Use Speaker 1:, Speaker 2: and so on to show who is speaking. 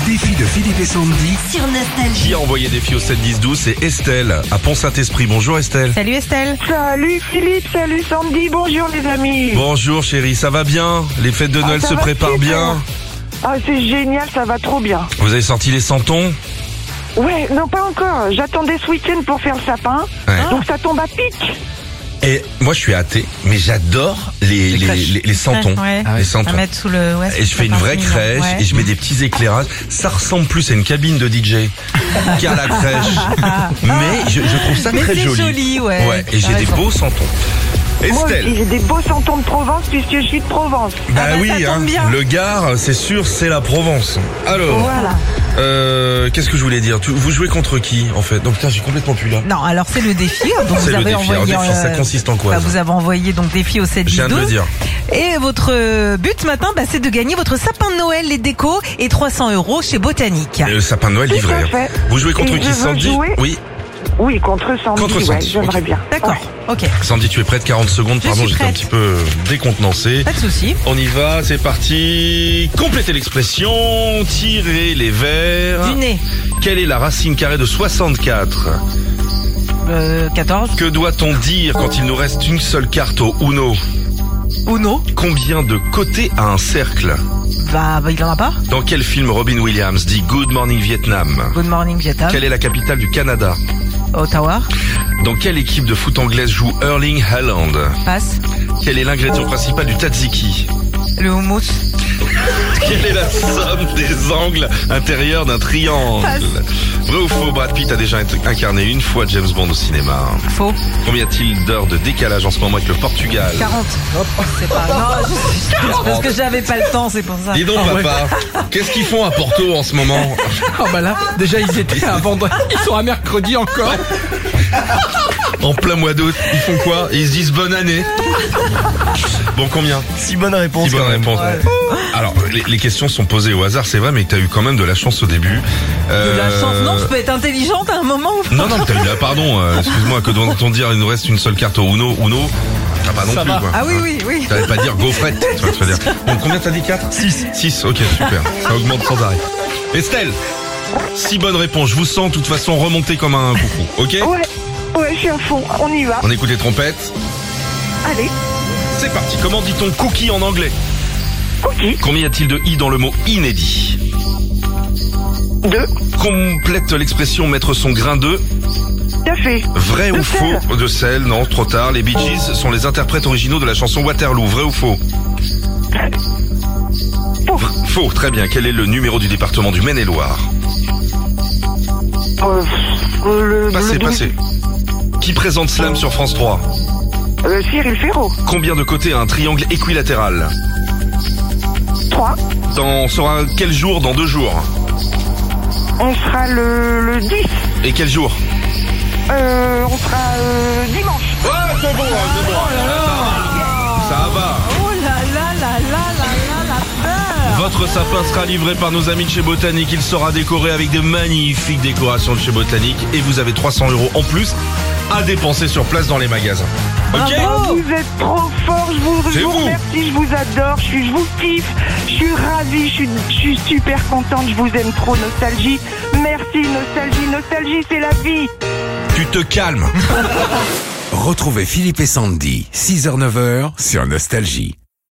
Speaker 1: Philippe et Sandy.
Speaker 2: sur Nostalgie.
Speaker 3: Qui a envoyé des filles au 7 10 12 C'est Estelle à Pont-Saint-Esprit. Bonjour Estelle.
Speaker 4: Salut Estelle.
Speaker 5: Salut Philippe, salut Sandy, bonjour les amis.
Speaker 3: Bonjour chérie, ça va bien Les fêtes de
Speaker 5: Ah,
Speaker 3: Noël
Speaker 5: ça
Speaker 3: se
Speaker 5: va
Speaker 3: préparent
Speaker 5: super.
Speaker 3: bien
Speaker 5: Ah c'est génial, ça va trop bien.
Speaker 3: Vous avez sorti les santons
Speaker 5: Ouais, non pas encore, j'attendais ce week-end pour faire le sapin,
Speaker 3: Ouais.
Speaker 4: Oh.
Speaker 5: donc ça tombe à pic.
Speaker 3: Et moi je suis athée, mais j'adore les, les, les, les santons.
Speaker 4: Ah, Ouais.
Speaker 3: Les santons.
Speaker 4: À mettre sous le. ouais,
Speaker 3: Et je
Speaker 4: sous
Speaker 3: fais
Speaker 4: le
Speaker 3: une vraie
Speaker 4: parpaing, ouais.
Speaker 3: crèche et je mets des petits éclairages. Ça ressemble plus à une cabine de DJ qu'à la crèche. Mais je, je trouve ça
Speaker 4: Ah. Mais
Speaker 3: très
Speaker 4: c'est
Speaker 3: joli.
Speaker 4: joli, ouais.
Speaker 3: Ouais, et j'ai
Speaker 4: T'as
Speaker 3: des
Speaker 4: raison.
Speaker 3: beaux santons.
Speaker 5: Moi
Speaker 3: Estelle.
Speaker 5: aussi j'ai des beaux santons de Provence puisque je suis de Provence.
Speaker 3: Bah,
Speaker 4: Ah bah,
Speaker 3: oui,
Speaker 4: ça tombe
Speaker 3: hein.
Speaker 4: bien.
Speaker 3: le Gard, c'est sûr, c'est la Provence. Alors, euh, qu'est-ce que je voulais dire Tu- Vous jouez contre qui, en fait Donc, putain, j'ai complètement plus hein. là.
Speaker 4: Non, alors c'est le défi. hein, Donc
Speaker 3: C'est
Speaker 4: vous
Speaker 3: le
Speaker 4: avez
Speaker 3: défi. Alors,
Speaker 4: envoyé.
Speaker 3: défi, ça
Speaker 4: euh,
Speaker 3: consiste en quoi
Speaker 4: bah,
Speaker 3: ça
Speaker 4: Vous avez envoyé donc défi au 7
Speaker 3: Je viens de le
Speaker 4: 12.
Speaker 3: dire.
Speaker 4: Et votre euh, but ce matin, bah, c'est de gagner votre sapin de Noël, les décos et 300 euros chez Botanique.
Speaker 3: Et Le sapin de Noël
Speaker 5: Tout
Speaker 3: livré.
Speaker 5: à
Speaker 3: hein.
Speaker 5: fait.
Speaker 3: Vous jouez contre
Speaker 5: Et je
Speaker 3: qui,
Speaker 5: veux
Speaker 3: Sandy
Speaker 5: jouer
Speaker 3: Oui,
Speaker 5: Oui, contre Sandy,
Speaker 3: Contre
Speaker 5: ouais,
Speaker 3: Sandy,
Speaker 5: j'aimerais
Speaker 3: ok.
Speaker 5: bien.
Speaker 4: D'accord. Ok.
Speaker 3: Sandy, tu es prête 40 secondes.
Speaker 4: Je
Speaker 3: Pardon,
Speaker 4: suis
Speaker 3: j'étais un
Speaker 4: prête.
Speaker 3: petit peu euh, décontenancé.
Speaker 4: Pas de souci.
Speaker 3: On y va, c'est parti. Complétez l'expression, tirez les verres.
Speaker 4: Du nez.
Speaker 3: Quelle est la racine carrée de 64
Speaker 4: Euh, 14.
Speaker 3: Que doit-on dire quand il nous reste une seule carte au Uno
Speaker 4: Ou non
Speaker 3: Combien de côtés a un cercle
Speaker 4: Bah, bah, il en a pas.
Speaker 3: Dans quel film Robin Williams dit Good Morning Vietnam
Speaker 4: Good morning Vietnam.
Speaker 3: Quelle est la capitale du Canada
Speaker 4: Ottawa.
Speaker 3: Dans quelle équipe de foot anglaise joue Erling Haaland
Speaker 4: Passe.
Speaker 3: Quel est l'ingrédient principal du tzatziki
Speaker 4: Le houmous.
Speaker 3: Quelle est la somme des angles intérieurs d'un triangle
Speaker 4: Passe.
Speaker 3: Vrai ou faux, Brad Pitt a déjà int- incarné une fois James Bond au cinéma.
Speaker 4: Faux.
Speaker 3: Combien y a-t-il d'heures de décalage en ce moment avec le Portugal
Speaker 4: 40. C'est pas. Non, je- je- parce que j'avais pas le temps, c'est pour ça.
Speaker 3: Dis donc, papa, qu'est-ce qu'ils font à Porto en ce moment
Speaker 6: Ah bah là, déjà ils étaient à vendredi, ils sont à mercredi encore.
Speaker 3: En plein mois d'août, ils font quoi Ils se disent bonne année. Bon, combien
Speaker 1: Si bonne réponse.
Speaker 3: Si bonne
Speaker 1: quand même.
Speaker 3: réponse. Alors, les, les questions sont posées au hasard, c'est vrai, mais t'as eu quand même de la chance au début.
Speaker 4: De la
Speaker 3: Euh,
Speaker 4: chance. Non, je peux être intelligente à un moment ou pas
Speaker 3: Non, non, mais t'as eu la, pardon, euh, excuse-moi, que doit-on dire Il nous reste une seule carte au Uno. Uno Ah, bah non
Speaker 6: Ça
Speaker 3: plus,
Speaker 6: va.
Speaker 3: quoi. Hein,
Speaker 4: Ah oui, oui, oui.
Speaker 3: T'allais pas dire gaufrette, tu vois ce que je veux dire. Bon, combien t'as dit 4 6. 6, ok, super. Ça augmente sans arrêt. Estelle Si bonne réponse, je vous sens de toute façon remonter comme un coucou, ok
Speaker 5: Ouais, ouais, je suis à fond, on y va.
Speaker 3: On écoute les trompettes.
Speaker 5: Allez,
Speaker 3: C'est parti. Comment dit-on cookie en anglais
Speaker 5: cookie,
Speaker 3: Combien y a-t-il de i dans le mot inédit
Speaker 5: deux,
Speaker 3: Complète l'expression mettre son grain de
Speaker 5: café,
Speaker 3: vrai
Speaker 5: De
Speaker 3: ou
Speaker 5: sel.
Speaker 3: faux de sel. Non, trop tard. Les Bee Gees sont les interprètes originaux de la chanson Waterloo. Vrai ou faux
Speaker 5: pauvre,
Speaker 3: Faux. Très bien. Quel est le numéro du département du Maine-et-Loire
Speaker 5: euh, pff, euh, le,
Speaker 3: Passez,
Speaker 5: le douze,
Speaker 3: passez. Qui présente Slam sur France 3
Speaker 5: euh, Cyril Ferraud,
Speaker 3: Combien de côtés a un triangle équilatéral
Speaker 5: trois,
Speaker 3: Dans sera quel jour dans deux jours
Speaker 5: on sera le, le 10,
Speaker 3: Et quel jour
Speaker 5: euh, on sera euh, dimanche.
Speaker 3: Ouais, c'est bon, c'est bon. Ça va.
Speaker 4: Oh là là là là là là la peur.
Speaker 3: Votre sapin sera livré par nos amis de chez Botanique. Il sera décoré avec des magnifiques décorations de chez Botanique. Et vous avez 300 euros en plus à dépenser sur place dans les magasins. Ok
Speaker 4: Bravo.
Speaker 5: Vous êtes trop fort, je vous,
Speaker 3: C'est
Speaker 5: je vous
Speaker 3: vous.
Speaker 5: remercie, je vous adore, je, suis- je vous kiffe, je suis ravie, je suis, je suis super contente, je vous aime trop, nostalgie. Merci, nostalgie, nostalgie, c'est la vie.
Speaker 3: Tu te calmes.
Speaker 1: Retrouvez Philippe et Sandy, 6h-9h sur Nostalgie.